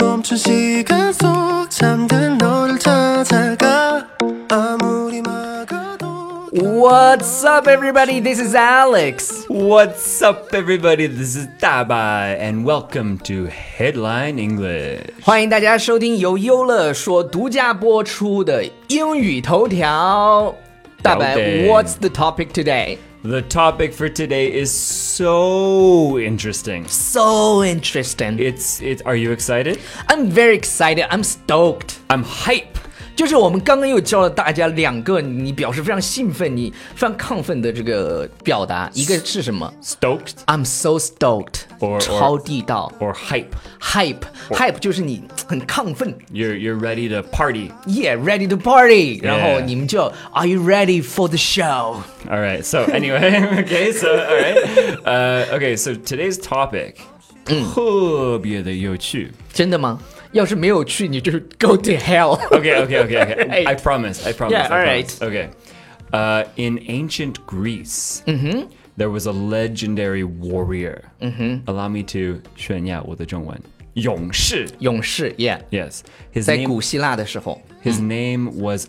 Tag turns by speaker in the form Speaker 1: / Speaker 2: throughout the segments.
Speaker 1: 멈춘 시간 속 잠든 너를 찾아가 아무리 막아도
Speaker 2: What's up, everybody? This is Alex.
Speaker 3: What's up, everybody? This is 大白 and welcome to Headline English.
Speaker 2: 欢迎大家收听由优乐说独家播出的英语头条。大白
Speaker 3: 了解
Speaker 2: ，What's the topic today?
Speaker 3: The topic for today is so interesting.
Speaker 2: So interesting.
Speaker 3: It's it. Are you excited?
Speaker 2: I'm very excited. I'm stoked.
Speaker 3: I'm hype.
Speaker 2: 就是我们刚刚又教了大家两个你表示非常兴奋、你非常亢奋的这个表达，一个是什么
Speaker 3: Stoked
Speaker 2: ？I'm so stoked，
Speaker 3: Or- or-
Speaker 2: 超地道。
Speaker 3: or hype?
Speaker 2: Hype，hype 就是你很亢奋
Speaker 3: You're you're ready to party.
Speaker 2: ，Yeah，ready to party，然后
Speaker 3: Yeah
Speaker 2: 你们就 Are you ready for the show？
Speaker 3: All right. So anyway, okay. So all right. Uh, okay. So today's topic. 特别的有趣。
Speaker 2: 真的吗？要是没有去，你就是 go to hell。
Speaker 3: Okay, okay, okay, okay.
Speaker 2: Right.
Speaker 3: I promise. I promise.
Speaker 2: Yeah,
Speaker 3: I
Speaker 2: all
Speaker 3: promise. Okay. Uh, in ancient Greece,
Speaker 2: Mm-hmm.
Speaker 3: there was a legendary warrior. Mm-hmm. Allow me to 炫耀我的中文。勇士。
Speaker 2: 勇士，Yeah，
Speaker 3: Yes. His
Speaker 2: 在古
Speaker 3: name,
Speaker 2: 希腊的时候
Speaker 3: his name was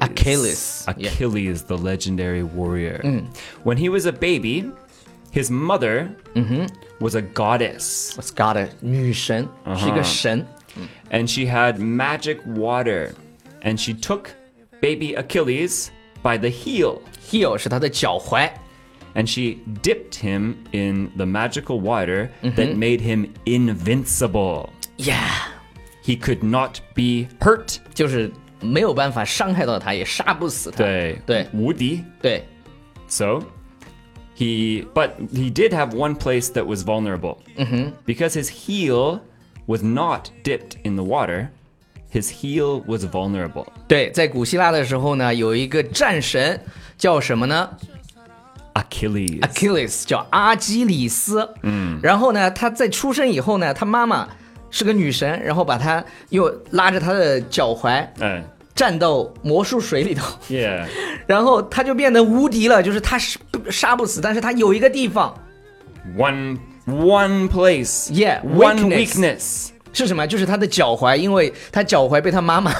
Speaker 2: Mm. Achilles, yeah. Mm.
Speaker 3: Achilles, the legendary warrior. When he was a baby, his mother
Speaker 2: Mm-hmm.
Speaker 3: was a goddess.
Speaker 2: ，What's God 女神是一个神
Speaker 3: and she had magic water, and she took baby Achilles by the heel,
Speaker 2: ，heel 是他的脚踝
Speaker 3: and she dipped him in the magical water that made him invincible.
Speaker 2: ，Yeah，
Speaker 3: He could not be hurt.
Speaker 2: 就是没有办法伤害到他，也杀不死他。对对
Speaker 3: So he, but he did have one place that was vulnerable because his heel was not dipped in the water. His heel was vulnerable.
Speaker 2: 对，在古希腊的时候呢，有一个战神叫什么呢？
Speaker 3: Achilles.
Speaker 2: Achilles 叫阿基里斯，嗯，然后呢，他在出生以后呢，他妈妈是个女神，然后把他又拉着他的脚踝
Speaker 3: Uh,
Speaker 2: 站到魔术水里头，
Speaker 3: yeah.
Speaker 2: 然后他就变得无敌了，就是他是杀不死，但是他有一个地方
Speaker 3: one one place.
Speaker 2: Yeah,
Speaker 3: one
Speaker 2: weakness.
Speaker 3: weakness.
Speaker 2: 是什么？就是他的脚踝，因为他脚踝被他妈 妈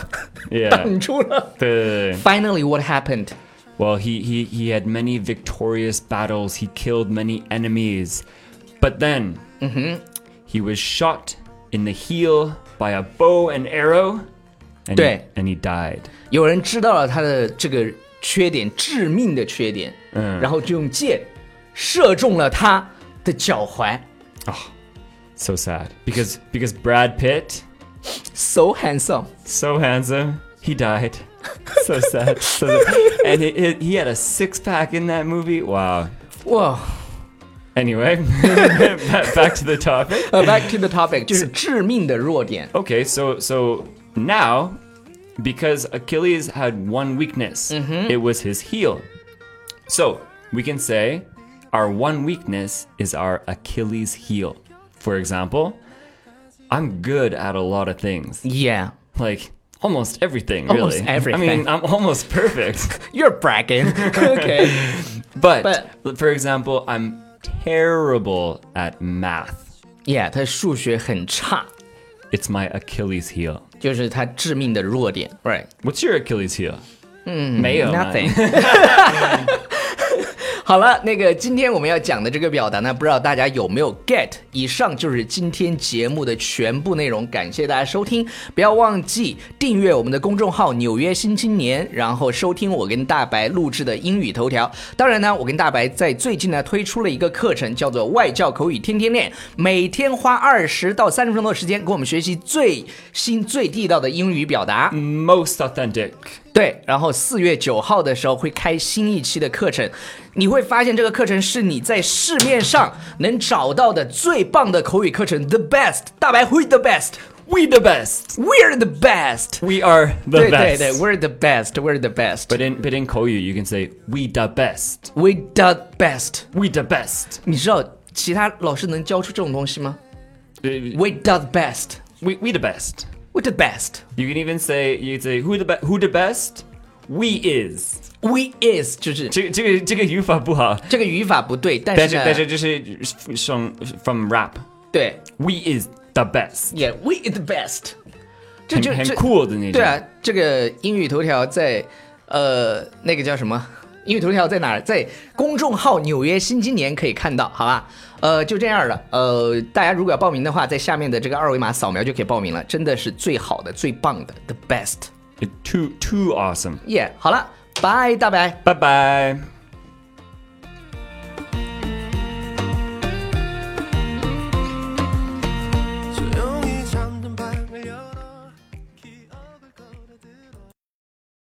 Speaker 2: 挡
Speaker 3: Yeah.
Speaker 2: 住了。
Speaker 3: 对，对，对，对。
Speaker 2: Finally, what happened?
Speaker 3: Well, he, he he had many victorious battles. He killed many enemies, but then he was shot in the heel by a bow and arrow, and he,
Speaker 2: 对。
Speaker 3: and he died.
Speaker 2: 有人知道了他的这个缺点，致命的缺点，嗯，然后就用箭射中了他的脚踝。
Speaker 3: So sad because because Brad Pitt,
Speaker 2: So handsome.
Speaker 3: so handsome, he died. So sad. So sad. And he, he, he had a six pack in that movie. Wow.
Speaker 2: 哇、
Speaker 3: Anyway, back back to the topic.
Speaker 2: b a c k Uh, to the topic，就是致命的弱点。
Speaker 3: Okay, so so now because Achilles had one weakness,
Speaker 2: Mm-hmm.
Speaker 3: it was his heel. So we can say our one weakness is our Achilles heel. For example, I'm good at a lot of things,
Speaker 2: Yeah,
Speaker 3: like almost everything,
Speaker 2: Almost
Speaker 3: really. I
Speaker 2: everything.
Speaker 3: mean, I'm almost perfect.
Speaker 2: you're bragging. okay.
Speaker 3: but,
Speaker 2: But-
Speaker 3: for example, I'm terrible at math.
Speaker 2: Yeah，他数学很差，
Speaker 3: It's my Achilles heel.
Speaker 2: 就是他致命的弱点。Right.
Speaker 3: What's your Achilles heel? Mayo. man.
Speaker 2: Hmm, Nothing. 好了，那个今天我们要讲的这个表达呢，不知道大家有没有 get？以上就是今天节目的全部内容，感谢大家收听，不要忘记订阅我们的公众号《纽约新青年》，然后收听我跟大白录制的英语头条。当然呢，我跟大白在最近呢推出了一个课程，叫做外教口语天天练，每天花二十到三十分钟的时间，跟我们学习最新最地道的英语表达。
Speaker 3: most authentic.
Speaker 2: 对，然后四月九号的时候会开新一期的课程，你会发现这个课程是你在市面上能找到的最棒的口语课程，the best。大白会 the best，we're
Speaker 3: We the best.
Speaker 2: the best。
Speaker 3: We are the
Speaker 2: 对对
Speaker 3: best.
Speaker 2: 对，we're the best，we're the
Speaker 3: But
Speaker 2: best，we
Speaker 3: in but in Koyu, you can say we the best.
Speaker 2: the best。
Speaker 3: We the best.
Speaker 2: 你知道其他老师能教出这种东西吗
Speaker 3: We
Speaker 2: ？We the best，we
Speaker 3: we, we the best.
Speaker 2: the best，we
Speaker 3: You can even say you can say who the be- who the best. We is.
Speaker 2: is 就是
Speaker 3: 这-这个-这个语法不好，
Speaker 2: 这个语法不对，但
Speaker 3: 但是-
Speaker 2: 是呢，
Speaker 3: 但是这是from- from rap.
Speaker 2: 对
Speaker 3: We is the best，
Speaker 2: Yeah, we the best 这。
Speaker 3: 很
Speaker 2: 就
Speaker 3: 很
Speaker 2: 这
Speaker 3: 酷的那种。
Speaker 2: 对啊，这个英语头条在呃那个叫什么？英语头条在哪儿？在公众号《纽约新青年》可以看到，好吧？呃，就这样了。呃，大家如果要报名的话，在下面的这个二维码扫描就可以报名了。真的是最好的、最棒的，the best。
Speaker 3: too too awesome。
Speaker 2: 耶、好了，拜，大白。
Speaker 3: 拜拜。